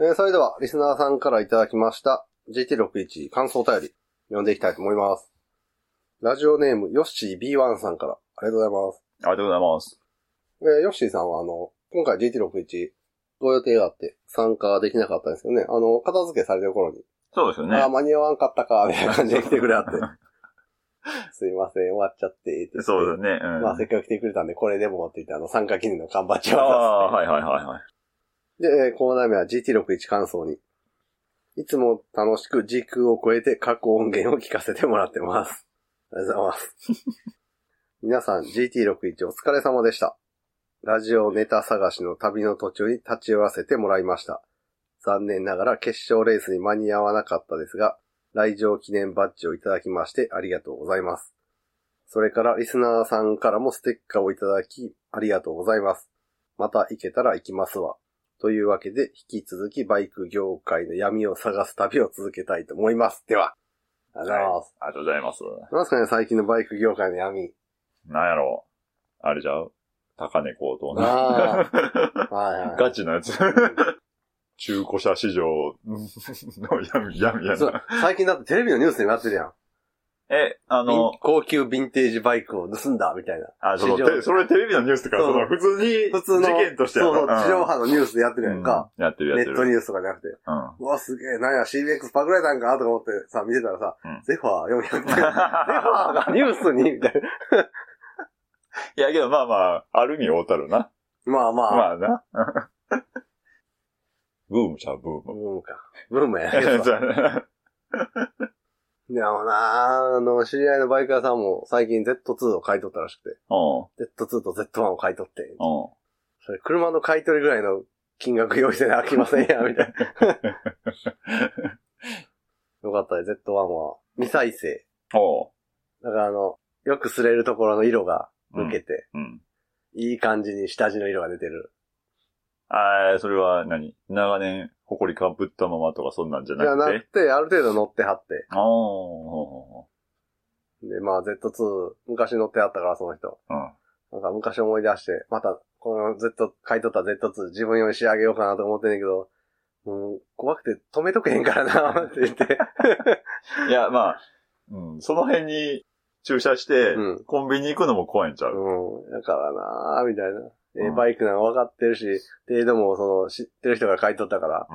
えーそれでは、リスナーさんからいただきました、GT61 感想お便り、読んでいきたいと思います。ラジオネーム、ヨッシー B1 さんから、ありがとうございます。ありがとうございます。えーヨッシーさんは、あの、今回 GT61、ご予定があって参加できなかったんですよね。あの、片付けされてる頃に、そうですよああ、ね。間に合わんかったか、みたいな感じで来てくれあって、 すいません、終わっちゃってって言って そうですね。うん。まあ、せっかく来てくれたんで、これでもって言って、あの、参加記念の看板あ中あ、をはいはいはいはい。出して。で、えーコーナー名は GT61 感想に。いつも楽しく時空を超えて過去音源を聞かせてもらってます。ありがとうございます。皆さん、GT61 お疲れ様でした。ラジオネタ探しの旅の途中に立ち寄らせてもらいました。残念ながら決勝レースに間に合わなかったですが、来場記念バッジをいただきましてありがとうございます。それからリスナーさんからもステッカーをいただきありがとうございます。また行けたら行きますわ。というわけで、引き続きバイク業界の闇を探す旅を続けたいと思います。では、ありがとうございます。ありがとうございます。なんすかね、最近のバイク業界の闇。なんやろう。あれじゃう高値高騰な。ああ。はいはい。 ガチのやつ。中古車市場 の闇、闇やそうな。最近だってテレビのニュースになってるやん。え、あビンの、高級ヴィンテージバイクを盗んだみたいな。あ、その市場てそれテレビのニュースとか、そそうの普通に、普通の。事件としてやそうろそう、地上うん波のニュースでやってるやんか。うんやってるやっネてッる。トニュースとかじゃなくて。うん。うわ、すげえ、なんや、CBX パクられたんかとか思ってさ、見てたらさ、うんゼファー400点。ゼファーがニュースにみたいな。 いや、けどまあまあ、ある意味大たるな。まあまあ、まあな。 ブームちゃう、ブーブム。ームか。ブームやけ どさ。うでもなあの、知り合いのバイク屋さんも最近 Z2 を買い取ったらしくん。て、Z2 と Z1 を買い取って、うん。それ車の買い取りぐらいの金額用意してな飽きま せんや、みたいな。よかったね、Z1 は。未再生。おう。だからあの、よく擦れるところの色が抜けて、うん。いい感じに下地の色が出てる。あーそれは何長年、埃かぶったままとかそんなんじゃじゃななくくてて、ある程度乗ってはって。ああ、ほで、まあ Z2、昔乗ってはったから、その人。うほうほうなうん。んか昔思い出して、また、この Z、買い取った Z2 自分用に仕上げようかなと思ってんねんけど、もう、怖くて止めとけへんからな、って言 って。いや、まあ、うん、その辺に駐車して、うんコンビニ行くのも怖いんちゃう、うん。だからなあみたいな。えうんバイクなんか分かってるし、程度もその、知ってる人が買い取ったから、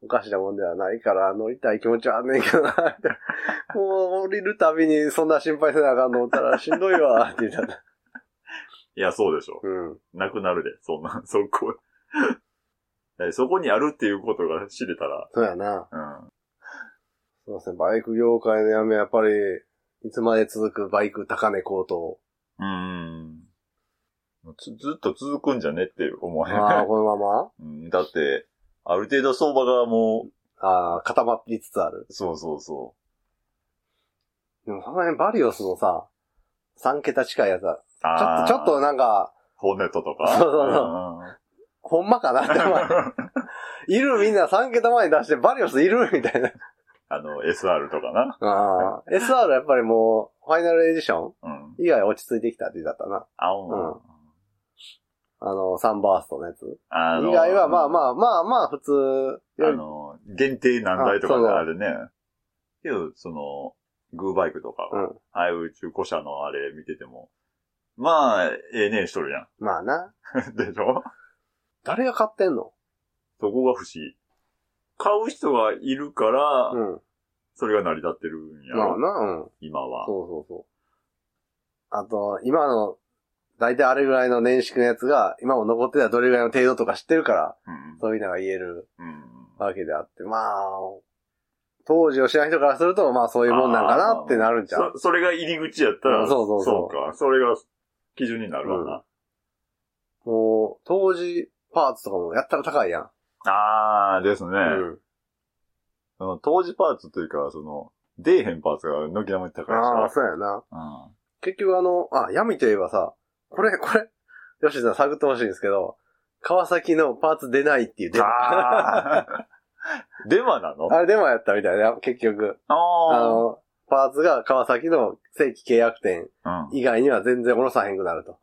うん、おかしなもんではないから、乗りたい気持ちはあんねんけどな、みたいな。 もう降りるたびにそんな心配せなあかんの思ったらしんどいわ、って言っちゃった。いや、そうでしょ。うん。なくなるで、そんな、そこ。 えそこにあるっていうことが知れたら、そうやな。うん。そうですね、バイク業界の闇はやっぱり、いつまで続くバイク高値高 騰。うん。ずずっと続くんじゃねって思わへああ、んこのままうん。だって、ある程度相場がもああ、固まりつつある。う、そうそうそでもその辺バリオスのさ、3桁近いやつは、う。ちょっと、ちょっとと、なんか、ホネットとそか。うそうそうほんまかなって思う。うんいるみんな3桁前に出してバリオスいるみたいな。あの、SR とかな。ああ。SR やっぱりもう、ファイナルエディショうん。ン以外落ち着いてきたって言うんだったな。あ、うんうんあの、サンバーストのやつ。あの以外はまあまあまあまあ普通あより。の、限定何台とかあそうがあるね。けど、その、グーバイクとか、うんああいう中古車のあれ見てても、まあ、ええねんしとるやまあな。ん。 でしょ誰が買ってんのそこが不思議。買う人がいるから、うん。それが成り立ってるんやまあろ、な、うん。今は。そうそうそう。あと、今の、だいたいあれぐらいの年式のやつが、今も残ってたらどれぐらいの程度とか知ってるから、うんそういうのが言えるうんわけであって、まあ、当時を知らん人からすると、まあそういうもんなんかなってなるんちゃうそそれが入り口やったうら、んそうそうそうか。それが基準になるわな。もう、当時パーツとかもやったら高いやん。ああ、ですね。うん。その当時パーツというか、その、出えへんパーツが軒並み高いしああ、なそうやな。うん結局あの、あ、闇といえばさ、これ、これ、吉田さん探ってほしいんですけど、川崎のパーツ出ないっていうデマ。 あーデマなのあれデマやったみたいな、結局。ああの、パーツが川崎の正規契約店あ。うん。うん。以外には全然下ろさへんくなると。だか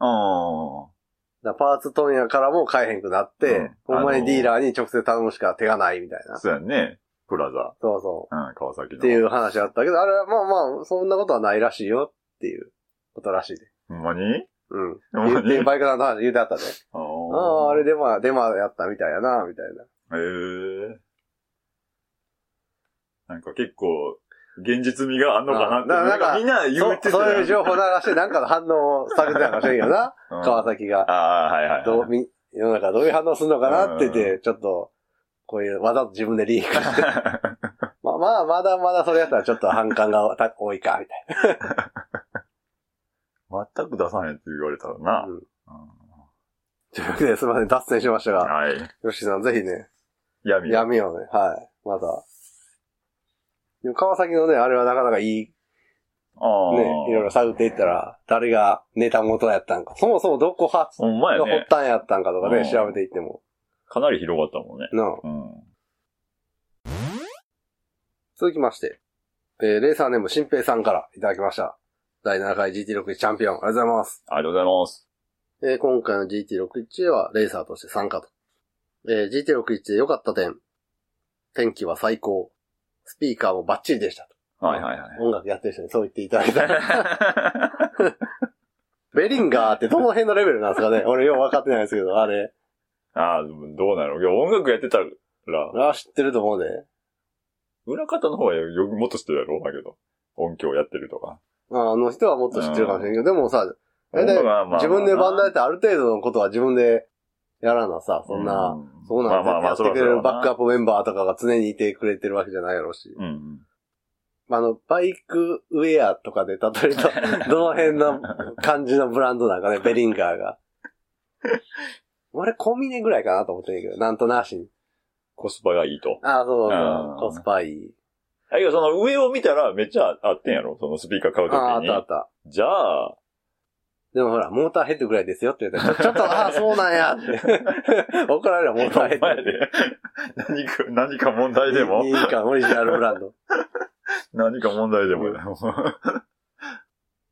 らパーツ問屋からも買えへんくなって、うんほんまあのにディーラーに直接頼むしか手がないみたいな。そうやんね。プラザ。そうそうん、川崎う。の。っていう話あったけど、あれはまあまあ、そんなことはないらしいよっていうことらしいで。ほんまにうん。ほんまに言 ってバイクさんの話言うてあったで。ああああ、あれデマ、デマやったみたいやな、みたいな。へえなんか結構、現実味があんのかなって。あななんんかかみんな言うてたそよそういう情報流して、なんかの反応をされてたかもしれんよな、 うん川崎が。ああ、はいはいはい。どう、み、世の中どういう反応するのかなって言っうて、ちょっと、こういう、わざと自分でリーク して。まあまあ、まだまだそれやったらちょっと反感がた多いか、みたい全く出さないって言われたらな。な。うんうんというわけで、すみません、脱線しましたが、はい。吉さんぜひね、闇。闇をね、はい、まだ。でも川崎のね、あれはなかなかいい、ね、ああ。いろいろ探っていったら、誰がネタ元やったんか、そもそもどこ発ほんまやがね。発端やったんかとかうんね、調べていっても。かなり広がったもんね。なあうん。続きまして、えーレーサーネーム、新平さんからいただきました。第7回 GT61 チャンピオン、ありがとうございます。ありがとうございます。えー今回の GT61 はレーサーとして参加と。えー GT61 で良かった点。天気は最高。スピーカーもバッチリでしたと。はいはい音楽やってる人にそう言っていただい た。はい。ベリンガーってどの辺のレベルなんですか ね俺よう分かってないですけど、あれ。 ああ、でもどうなのいや音楽やってたら、あ知ってると思うで。裏方の方はよもっと知ってるやろだけど。音響やってるとか。ああの人はもっと知ってるかもしれんけど、でもさ、大体音楽はまあ自分でバンドやってある程度のことは自分でやらなさ、そんな、うそんなまあんまあまあ、やってくれるバックアップ。プメンバーとかが常にいてくれてるわけじゃないやろうし。うん。あの、バイクウェアとかで例えると、どの辺の感じのブランドなんかね、ベリンガー が。俺、コンビニぐらいかなと思ってるけど、なんとなしに。コスパがいいと。ああ、そうそうあーそう、コスパいい。あ、いや、その上を見たらめっちゃあってんやろそのスピーカー買うとあきあ、あっにた。あった。じゃあ、でもほら、モーターヘッドぐらいですよって言ったら、ちょちょっと、ああ、 そうなんやって。怒られるわモーターヘッド前。で、何か、何か問題でもいい、か、オリジナルブランド。何か問題でもうや。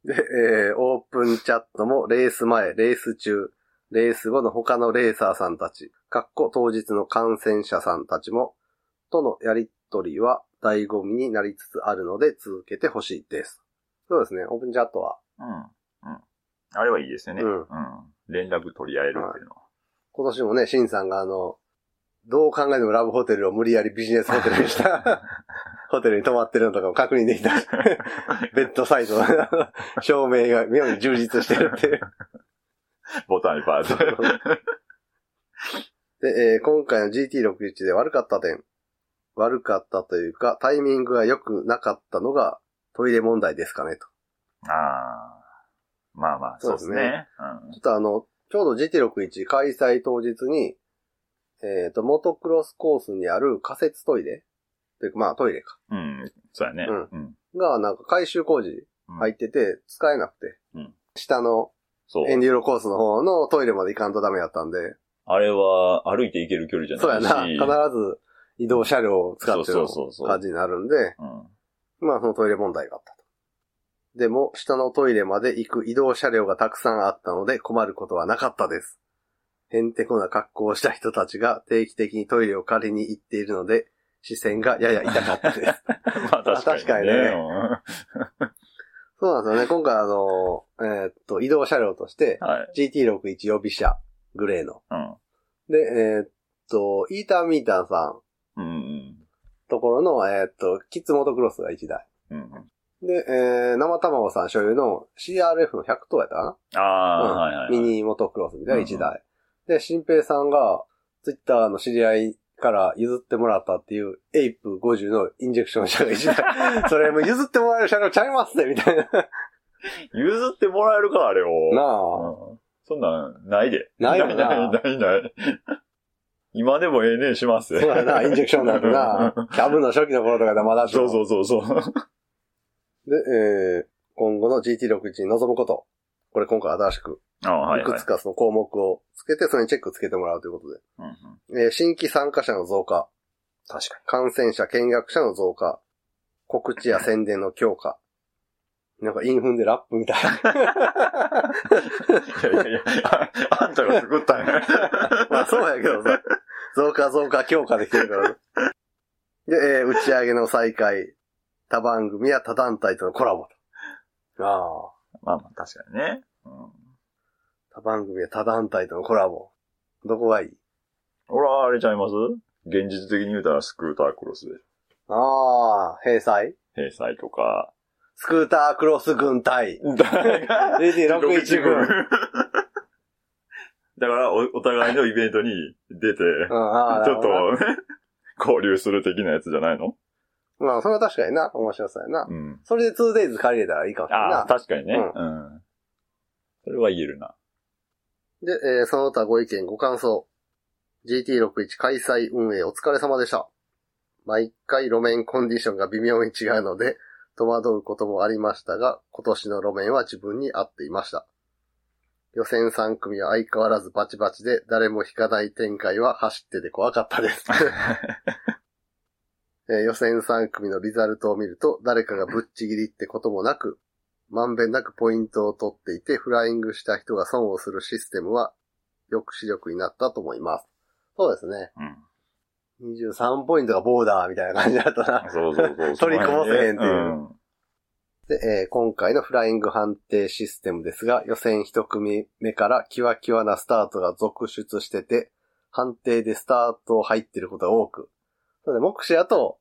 で、えーオープンチャットもレース前、レース中、レース後の他のレーサーさんたち、かっこ当日の感染者さんたちも、とのやりとりは醍醐味になりつつあるので続けてほしいです。そうですね、オープンチャットは、うん。うん。あれはいいですよね。ううんん。連絡取り合えるっていうのは。今年もね、シンさんがあの、どう考えてもラブホテルを無理やりビジネスホテルにした、ホテルに泊まってるのとかも確認できたし、ベッドサイドの照明が妙に充実してるっていう。ボタンいっぱいあ る。で、えー今回の GT61 で悪かった点。悪かったというか、タイミングが良くなかったのがトイレ問題ですかねと。ああ。まあまあ、そうですそうですね。ちょっとあの、ちょうど GT61 開催当日に、えっ、と、モトクロスコースにある仮設トイレというか、まあトイレか。うん。うん。そうやね。うんうん。が、なんか改修工事入ってて、使えなくて。うん下のそう。エンデューロコースの方のトイレまで行かんとダメやったんで、あれは歩いて行ける距離じゃそうなやいし。な。必ず移動車両を使ってそのうそうそうそう感じになるんで、うん。まあそのトイレ問題があったと。でも、下のトイレまで行く移動車両がたくさんあったので困ることはなかったです。へんてこな格好をした人たちが定期的にトイレを借りに行っているので、視線がやや痛かった です。まあ確かにね。確かにそうなんですよね。今回あの、えーっと、移動車両としてうん、はい。 GT61 予備車、グレーの。うん。で、えーっと、イーターミーターさんうんところの、えーっと、キッズモトクロスが1台。うん。うん。で、えー、生卵さん所有の CRF の100頭やったかなああ、はいはいはい。ミニモトクロスみたいな1台。で、新平さんが、ツイッターの知り合いから譲ってもらったっていう、エイプ50のインジェクション車が1台。そ れもう譲ってもらえる車両ちゃいますね、みたいな。な譲ってもらえるか、あれを。あ。 うんそんなん、ないで。ないよ ないなないないない。今でもええねんします。そう やな、インジェクションなんてな。キャブの初期の頃とかでまだそうう。そうそうそう。で、えー、今後の GT61 に臨むこと。これ今回新しく、ああ、はいいはくいつ。かその項目をつけて、それにチェックつけてもらうということで。うんうんえー新規参加者の増加。確か感染者、見学者の増加。告知や宣伝の強化。なんかインフンでラップみたいな。いやいやいや、 ああんたが作ったんや。 まあそうやけどさ。増加増加強化できるからね。で、えー打ち上げの再開。他番組や他団体とのコラボと。ああ。 まあまあ、確かにね。うん、他番組や他団体とのコラボ。どこがいい俺はあれちゃいます現実的に言うたらスクータークロスで。ああ、閉載閉載 とか。スクータークロス軍隊。DT61 軍。うん、 だからお、お互いのイベントに出て、ああ、ちょっなるほどと ね、交流する的なやつじゃないのな。まあ、それは確かにな。面白そうやな。うん。それで 2days 借りれたらいいかもしれんああ、な確かにね。ううん。それは言える な。い。で、えーその他ご意見、ご感想。GT61 開催運営お疲れ様でした。毎回路面コンディションが微妙に違うので、 戸惑うこともありましたが、今年の路面は自分に合っていました。予選3組は相変わらずバチバチで、誰も引かない展開は走ってて怖かったです。 えー予選3組のリザルトを見ると、誰かがぶっちぎりってこともなく、まんべんなくポイントを取っていて、フライングした人が損をするシステムは、抑止力になったと思います。そうですね。うん。 23ポイントがボーダーみたいな感じだったな。そうそうそう。取りこぼせへんっていううん。で、えー今回のフライング判定システムですが、予選一組目からキワキワなスタートが続出してて、判定でスタート入ってることが多く。なので、目視やと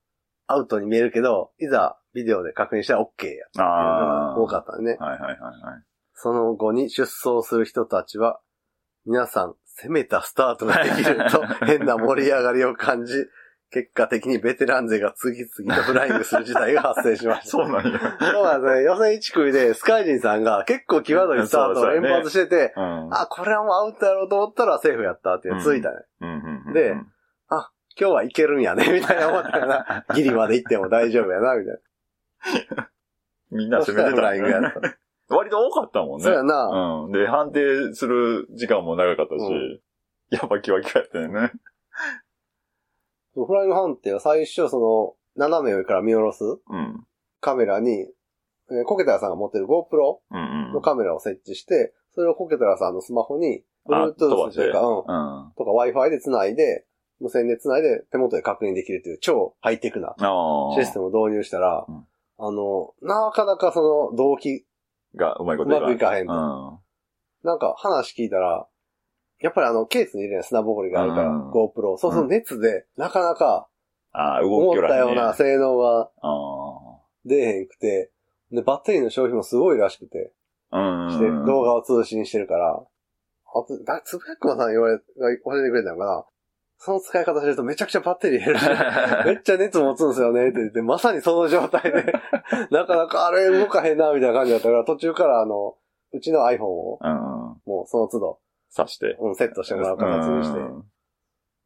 アウトに見えるけど、いざビデオで確認したら OK やっていうのあがあ。多かったね。はいはいはいはい。その後に出走する人たちは、皆さん攻めたスタートができると変な盛り上がりを感じ、結果的にベテラン勢が次々とフライングする事態が発生しました。そうなんや。そうなんですね。予選1組で、スカイジンさんが結構際どいスタートを連発してて、うん。あ、これはもうアウトやろうと思ったらセーフやったっていうついたね。うんうんうん、で今日はいけるんやね、みたいな思ったからな。ギリまで行っても大丈夫やな、みたいみんな。 なそし攻ためらフラてたイングやっね。た。割と多かったもん ね。そうやな。うん。で、判定する時間も長かったし、うんやっぱキワキワやったよね。フライング判定は最初、その、斜め上から見下ろすうん。カメラに、えーコケタラさんが持ってる GoPro うんうのん。カメラを設置して、それをコケタラさんのスマホに、あ Bluetooth というか、うん、うん。あとか Wi-Fi で繋いで、無線で繋いで手元で確認できるという超ハイテクなあ。システムを導入したらうん、あの、なかなかその動機、がうまいことうまくいかへんうとん。なんか話聞いたら、やっぱりあのケースに入れない砂ぼこりがあるから、うん GoPro。そうそううん熱で、なかなかああ、動思きっよらたへん、ようね。な性能があ出えへんくて、で、バッテリーの消費もすごいらしくて、あ。うん。して、動画を通信してるから、あと、だつぶやくまさん言われ、が教えてくれたのかなその使い方してるとめちゃくちゃバッテリー減るし、 めっちゃ熱持つんですよねって言って、まさにその状態で、 なかなかあれ動かへんな、みたいな感じだったから、途中からあの、うちの iPhone を、 うん。もうその都度、刺して。うん、セットしてもらう形にして、うん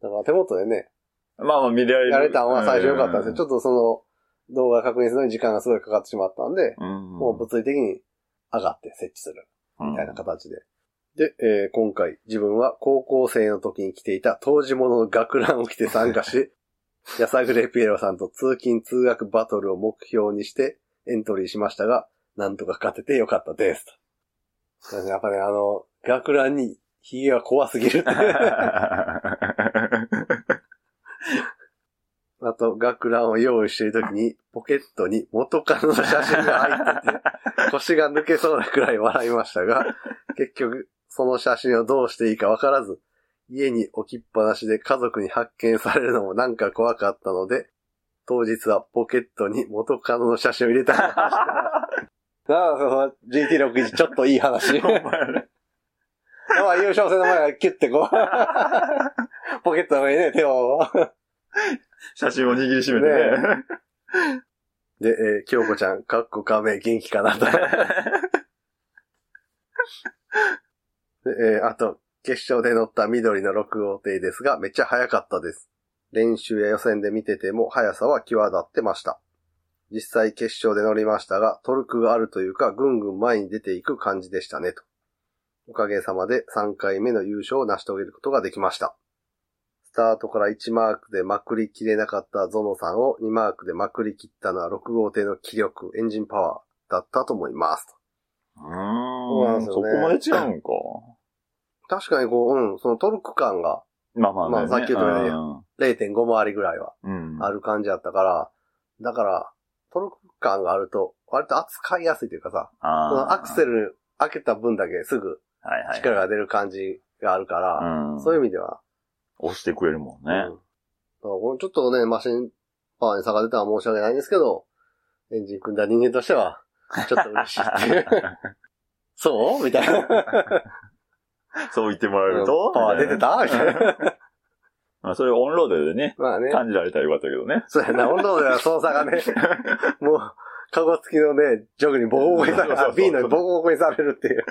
だから手元でね、まあまあ見られる。やれたのは最初良かったんですよ。ちょょっっとその、動画確認するのに時間がすごいかかってしまったんで、と、うん、もう物理的に上がって設置する。みたいな形で。で、えー今回自分は高校生の時に着ていた当時物の学ランを着て参加し、やさぐれピエロさんと通勤通学バトルを目標にしてエントリーしましたが、なんとか勝ててよかったです。とやっぱね、あの、学ランに髭が怖すぎるって。あと、学ランを用意している時に、ポケットに元カノの写真が入 ってて、腰が抜けそうなくらい笑いました が、結局、その写真をどうしていいかわからず、家に置きっぱなしで家族に発見されるのもなんか怖かったので、当日はポケットに元カノの写真を入れた。 なあ、その GT61 ちょっといい 話。ほんまやねまあ優勝戦の前はキュッて こう、ポケットの上にね、手 を。写真を握りしめてね。で、えー京子ちゃん、かっこ仮名元気かなと。でえーあと、決勝で乗った緑の6号艇ですが、めっちゃ速かったです。練習や予選で見てても速さは際立ってました。実際決勝で乗りましたが、トルクがあるというか、ぐんぐん前に出ていく感じでしたね、と。おかげさまで3回目の優勝を成し遂げることができました。スタートから1マークでまくりきれなかったゾノさんを2マークでまくりきったのは6号艇の気力、エンジンパワー、だったと思います。うなんでーん。すそこよねまで違うんか。確かにこう、うん、そのトルク感がまあまあね。まあさっき言ったようによ0.5回りぐらいはうに。うん。ある感じだったから、だから、トルク感があると、割と扱いやすいというかさ、そあのーアクセル開けた分だけすぐはいはい。力が出る感じがあるから、うん。そういうう意味では、押してくれるもんうん、だねか。らこれちょっとね、マシンパワーに差が出たのは申し訳ないんですけど、エンジン組んだ人間としては、ちょっと嬉しいっていう。そうみたいな。そう言ってもらえると。パワー出てたみたいな。まあそれをオンロードでね、まあね。感じられたらよかったけどね。そうやな、温度ではその差が ね、もう、カゴ付きのね、ジョグにボコボコにされそうそる、うそう B のボコボコにされるっていう。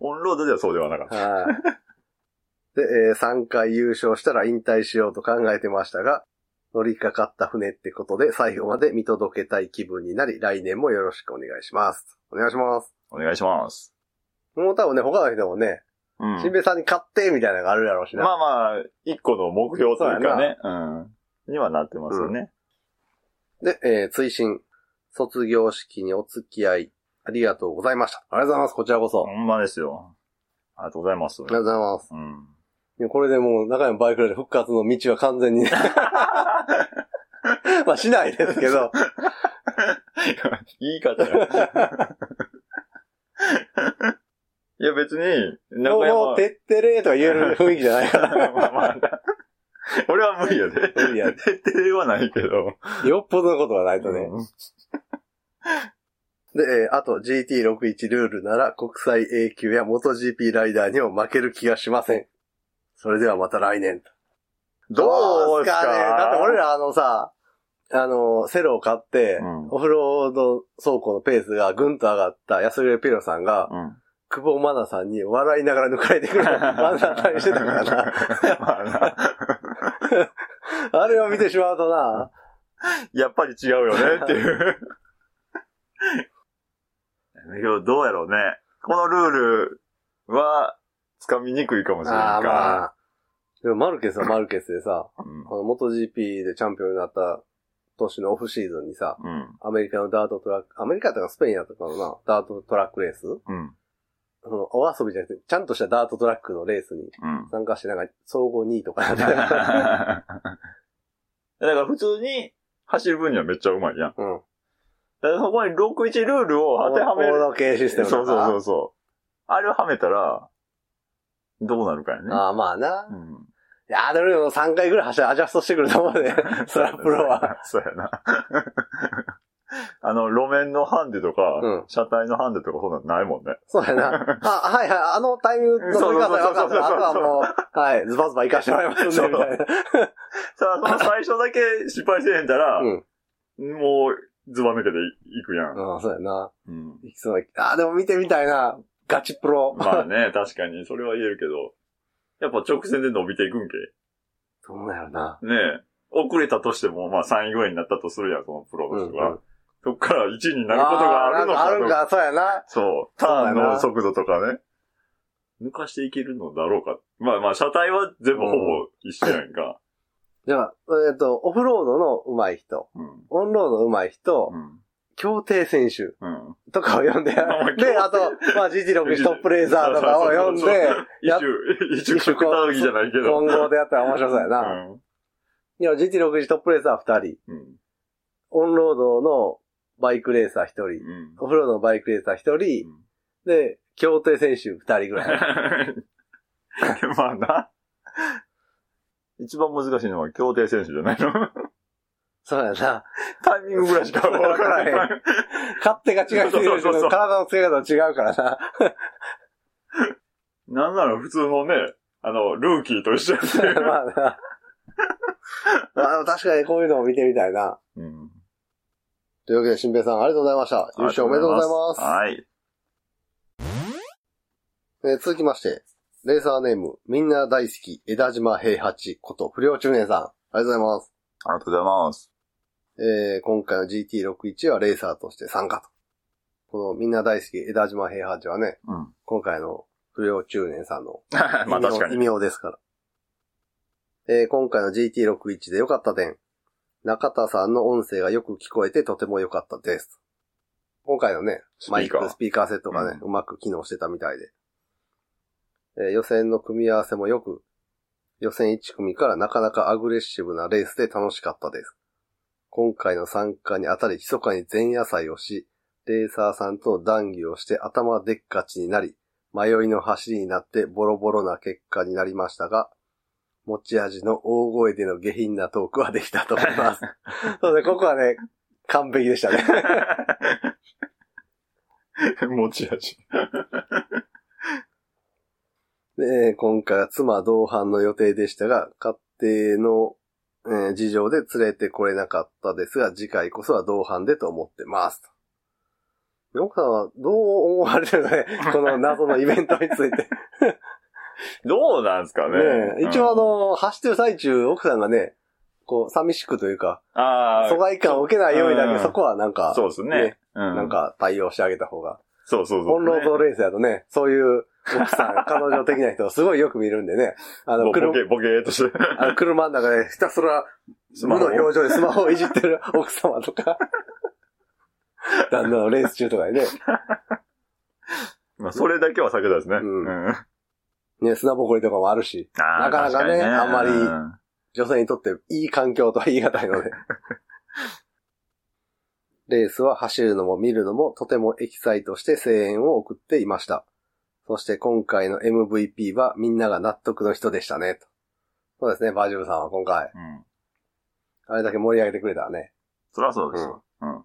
オンロードではそうではなかった。はい。で、え3回優勝したら引退しようと考えてましたが、乗りかかった船ってことで最後まで見届けたい気分になり、来年もよろしくお願いします。お願いします。お願いします。もう多分ね、他の人もね、うん。しんべヱさんに勝って、みたいなのがあるやろうしな。まあまあ、一個の目標というかそうね、うん。にはなってますよね。で、えー追伸。卒業式にお付き合い、ありがとうございました。ありがとうございます。こちらこそ。あほんまですよ。ありがとうございます。りがとうございます。うん。いやこれでもう、中山バイクラで復活の道は完 全に、 まあしないですけど、言い方よ。 いや別に、も中う、山もう、てってれーとか言える雰囲気じゃないかまら。あ まあ俺は無理やで。無理やで 徹底ではないけど。よっぽどのことがないとね。で、えーあと GT61 ルールなら国際 A 級や MotoGP ライダーにも負ける気がしません。それではまた来年。どうすかねだって俺らあのさ、あの、セロを買って、うんオフロード走行のペースがぐんと上がった安倉ピロさんが、うん。久保真奈さんに笑いながら抜かれてくる 真奈さんにしてたからな。まあな。あれを見てしまうとな、やっぱり違うよねっていう。だけど、どうやろうね。このルールは、掴みにくいかもしれんああまか。あ、でもマルケスはマルケスでさ、うんあの、MotoGP でチャンピオンになった年のオフシーズンにさ、うん。アメリカのダートトラック、アメリカとかスペインやったかな、ダートトラックレースうん。その、お遊びじゃなくて、ちゃんとしたダートトラックのレースにうん。参加して、なんか、総合2位とかだ から普通に走る分にはめっちゃうまいやん。うん。だからそこに61ルールを当てはめオーる。ダー系システムそとうかそうそうそう。あれをはめたら、どうなるかやね。ああ、まあなう。ん。いやー、でも3回ぐらい走るアジャストしてくると思 うね。スラップロは。。そうやな。 あの、路面のハンデとか、うん車体のハンデとかそんなんないもんね。そうや な。あ、はいはい。あのタイミングの取り方が分かっそうそうそうそうた。あとはも う、はい、ズバズバ行かしてもらいますんで、みたいな。さあ、その最初だけ失敗せえへんだら、うん。もう、ズバ抜けていくやん。うん、そうやな。うん。いきそうな。あー、でも見てみたいな。ガチプロ。まあね、 確かに、それは言えるけど、やっぱ直線で伸びていくんけ。どうなんやろな。ねえ。遅れたとしても、まあ3位ぐらいになったとするやん、そのプロの人が。うんそっから1位になることがあるのかあーどなうんかかあるか、そうやな。そう。ターンの速度とかね。抜かしていけるのだろうか。まあまあ、車体は全部ほぼ一緒やんか。では、えっ、と、オフロードの上手い人、うん。オンロードの上手い人う、ん。競艇選手うん。とかを呼んで、 お前で、あと、まあ、GT6 トップレーザーとかを呼んそうそうでそうそう、一や種、一種格闘技じゃないけど。混合でやったら面白そうやうな。ん。いや、GT6 トップレーザー2人、うん。オンロードのバイクレーサー1人、うん。オフロードのバイクレーサー1人、で、競艇選手2人ぐら い。うんまあな。一番難しいのは競艇選手じゃないのそうやな。タイミングぐらいしか分から分ない。勝手が違いすぎるそうそうそうそうと体の付け方違うからな。 なんなら普通のね、あの、ルーキーと一緒やっ ていうまあな。まあ、でも確かにこういうのを見てみたいな。うんというわけで、新平さん、ありがとうございました。優勝おめでとうございます。はい。えー続きまして、レーサーネーム、みんな大好き、枝島平八こと、不良中年さん。ありがとうございます。ありがとうござ います。えー今回の GT61 はレーサーとして参加と。このみんな大好き、枝島平八はね、うん。今回の不良中年さんのまあ確か異に。名ですから。えー今回の GT61 で良かった点。中田さんの音声がよく聞こえてとても良かったです。今回のね、スピマーイカク、ース。ピーカーセットがね、うまく機能してたみたいで。えー予選の組み合わせもよく、予選1組からなかなかアグレッシブなレースで楽しかったです。今回の参加にあたり、密かに前夜祭をし、レーサーさんとの談義をして頭でっかちになり、迷いの走りになってボロボロな結果になりましたが、持ち味の大声での下品なトークはできたと思い ます。そうですね、ここはね、完璧でしたね。 持ち味。で、今回は妻同伴の予定でしたが、家庭の、えー事情で連れてこれなかったですが、次回こそは同伴でと思ってます。奥さんはどう思われてる のね、この謎のイベントについて。ねどうなんですかね。え一応あうん、の、走ってる最中、奥さんがね、こう、寂しくというか、あ疎あ、外感を受けないようにだけ、うんそこはなんか、そうですね。ねうん。なん、か対応してあげた方が。そうそうそう。本労働レースだとね、そういう奥さん、彼女的な人をすごいよく見るんでね、あの、ボボ車ケ、ボケーっとして。あの車の中でひたすらス 無マホの表情でスマホをいじってる奥様と か、旦那のレース中とかでね、まあ、それだけは避けたいですね。うんうんあね、砂ぼこりとかもあるし、ーなかなかね確にあんまりうん女性にとっていい環境とは言い難いの で。レースは走るのも見るのもとてもエキサイトして声援を送っていました。そして今回の MVP はみんなが納得の人でしたね、と。そうですね、バージュブさんは今回、うん。あれだけ盛り上げてくれたらね。そりゃそうですうんよ。うん。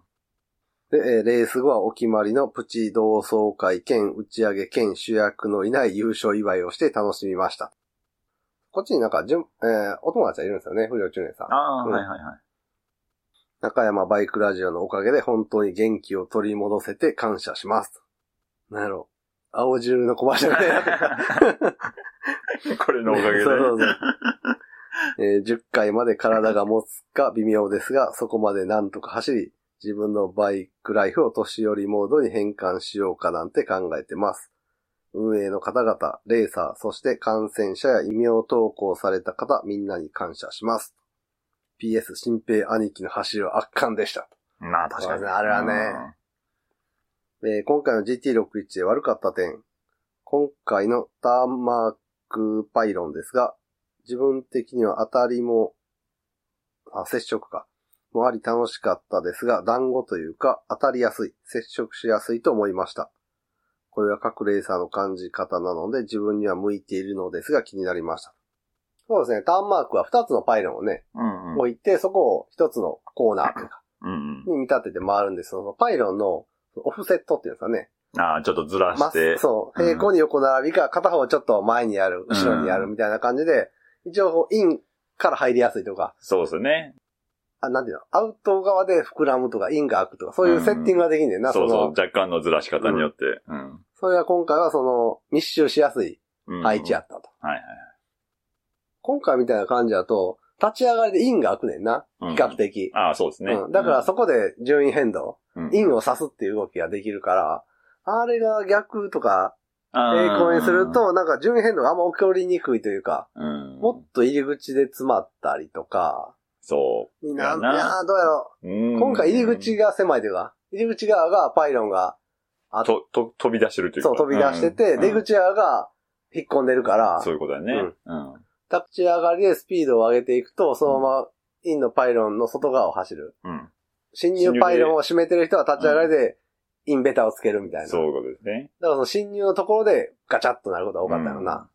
で、えーレース後はお決まりのプチ同窓会兼打ち上げ兼主役のいない優勝祝いをして楽しみました。こっちになんか、じゅん、えーお友達がいるんですよね、不良中年さん。ああー、うんはいはい はい。 中山バイクラジオのおかげで本当に元気を取り戻せて感謝します。なんやろ。青汁のコマーシャルみたいになってるこれのおかげで。そうそうそう。えー10回まで体が持つか微妙ですが、そこまでなんとか走り、自分のバイクライフを年寄りモードに変換しようかなんて考えてます。運営の方々、レーサー、そして感染者や異名投稿された方、みんなに感謝します。PS、新平兄貴の走りは圧巻でした。まあ確かそうですに。ねあれはねえー今回の GT61 で悪かった点。今回のターンマークパイロンですが、自分的には当たりも、あ、接触か。もあり楽しかったですが、団子というか、当たりやすい、接触しやすいと思いました。これは各レーサーの感じ方なので、自分には向いているのですが気になりました。そうですね、ターンマークは2つのパイロンをね、うん。うんうん。置いて、そこを1つのコーナーというかうんに見立てて回るんですそのパイロンのオフセットっていうんですかね。うん。ああ、ちょっとずらまして。そう。うん平行に横並びか、片方ちょっと前にやる、後ろにやるみたいな感じで、一応、インから入りやすいとか、そうですね。あ、なんていうの、アウト側で膨らむとか、インが開くとか、そういうセッティングができんねんな、そうそその、う。若干のずらし方によって。うん。それは今回はその、密集しやすいうん配置や。ったと。はいはい。今回みたいな感じだと、立ち上がりでインが開くねんな、う比ん較的。ああ、そうですね。うん、だからそこで順位変動、うん、インを刺すっていう動きができるから、あれが逆とか、平平行にする、と、なんか順位変動があんま起こりにくいというか、うん、もっと入り口で詰まったりとか、そなやんなや、どうやろう。うんう。今回入り口が狭いというか、入り口側がパイロンが、と、と、飛び出してるというか。そう飛び出してて、うん出口側が引っ込んでるから、そういうことだね。うん。立ち上がりでスピードを上げていくと、そのままインのパイロンの外側を走る。うん。侵入パイロンを締めてる人は立ち上がりでインベタをつけるみたいな。そうだいうことですね。からその侵入のところでガチャッとなることが多かったよな。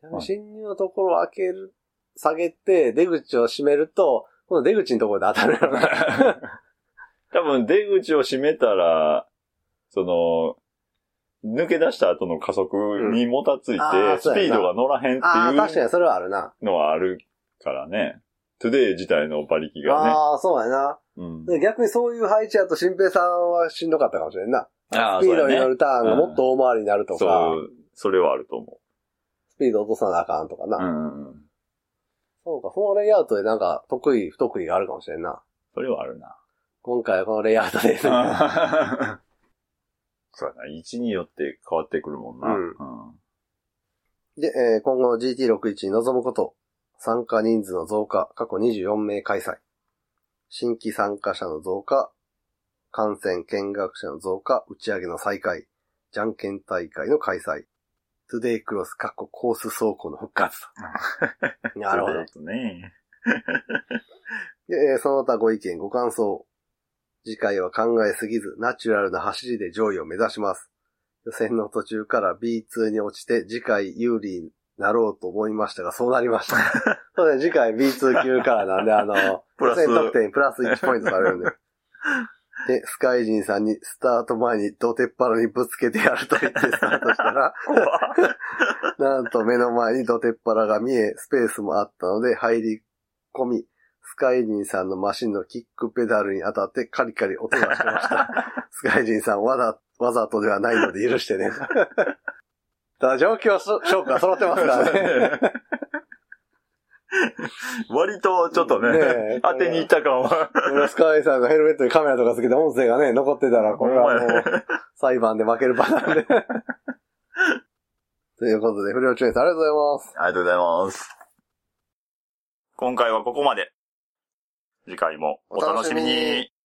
でもはい侵入のところを開ける、下げて、出口を閉めると、この出口のところで当たるよう な。多分出口を閉めたら、その、抜け出した後の加速にもたついて、うんああスピードが乗らへんああ、っ確てかいにそれはあるな。うのはあるからね。トゥデイ自体の馬力がね。ああ、そうやな。うん、で逆にそういう配置やと、新平さんはしんどかったかもしれんな。ああスピードに乗そうやねるターンがもっと大回りになるとか、そう、それはあると思スピード落とさなあかんとかな。う。うん。そうか、そのレイアウトでなんか、得意、不得意があるかもしれんな。それはある な。今回はこのレイアウトです。そうやな。位置によって変わってくるもんな。うんで、えー今後の GT61 に臨むこと、参加人数の増加、過去24名開催。新規参加者の増加、感染見学者の増加、打ち上げの再開、じゃんけん大会の開催、トゥデイクロス、かっこコース走行の復活と。なるほど。ど。ね。で、えーその他ご意見、ご感想。次回は考えすぎず、ナチュラルな走りで上位を目指します。予選の途中から B2 に落ちて、次回有利になろうと思いましたが、そうなりました。 そうね、次回 B2 級からなんで、あの、プラス予選得点プラス1ポイントされるんで。で、スカイジンさんにスタート前に土手っ腹にぶつけてやると言ってスタートしたら、怖っなんと目の前に土手っ腹が見え、スペースもあったので入り込み、スカイジンさんのマシンのキックペダルに当たってカリカリ音がしてま した。スカイジンさんわざ、わざとではないので許してね。ただ状況そ、証拠が揃ってますからね。割と、ちょっとねねえ、当てに行った感は。こ れはスカイさんがヘルメットにカメラとかつけて音声がね、残ってたら、これはもほんまやう、裁判で負けるパターン で。ということで、不良中さんありがとうございます。ありがとうございます。今回はここまで。次回もお楽しみお楽しみにに。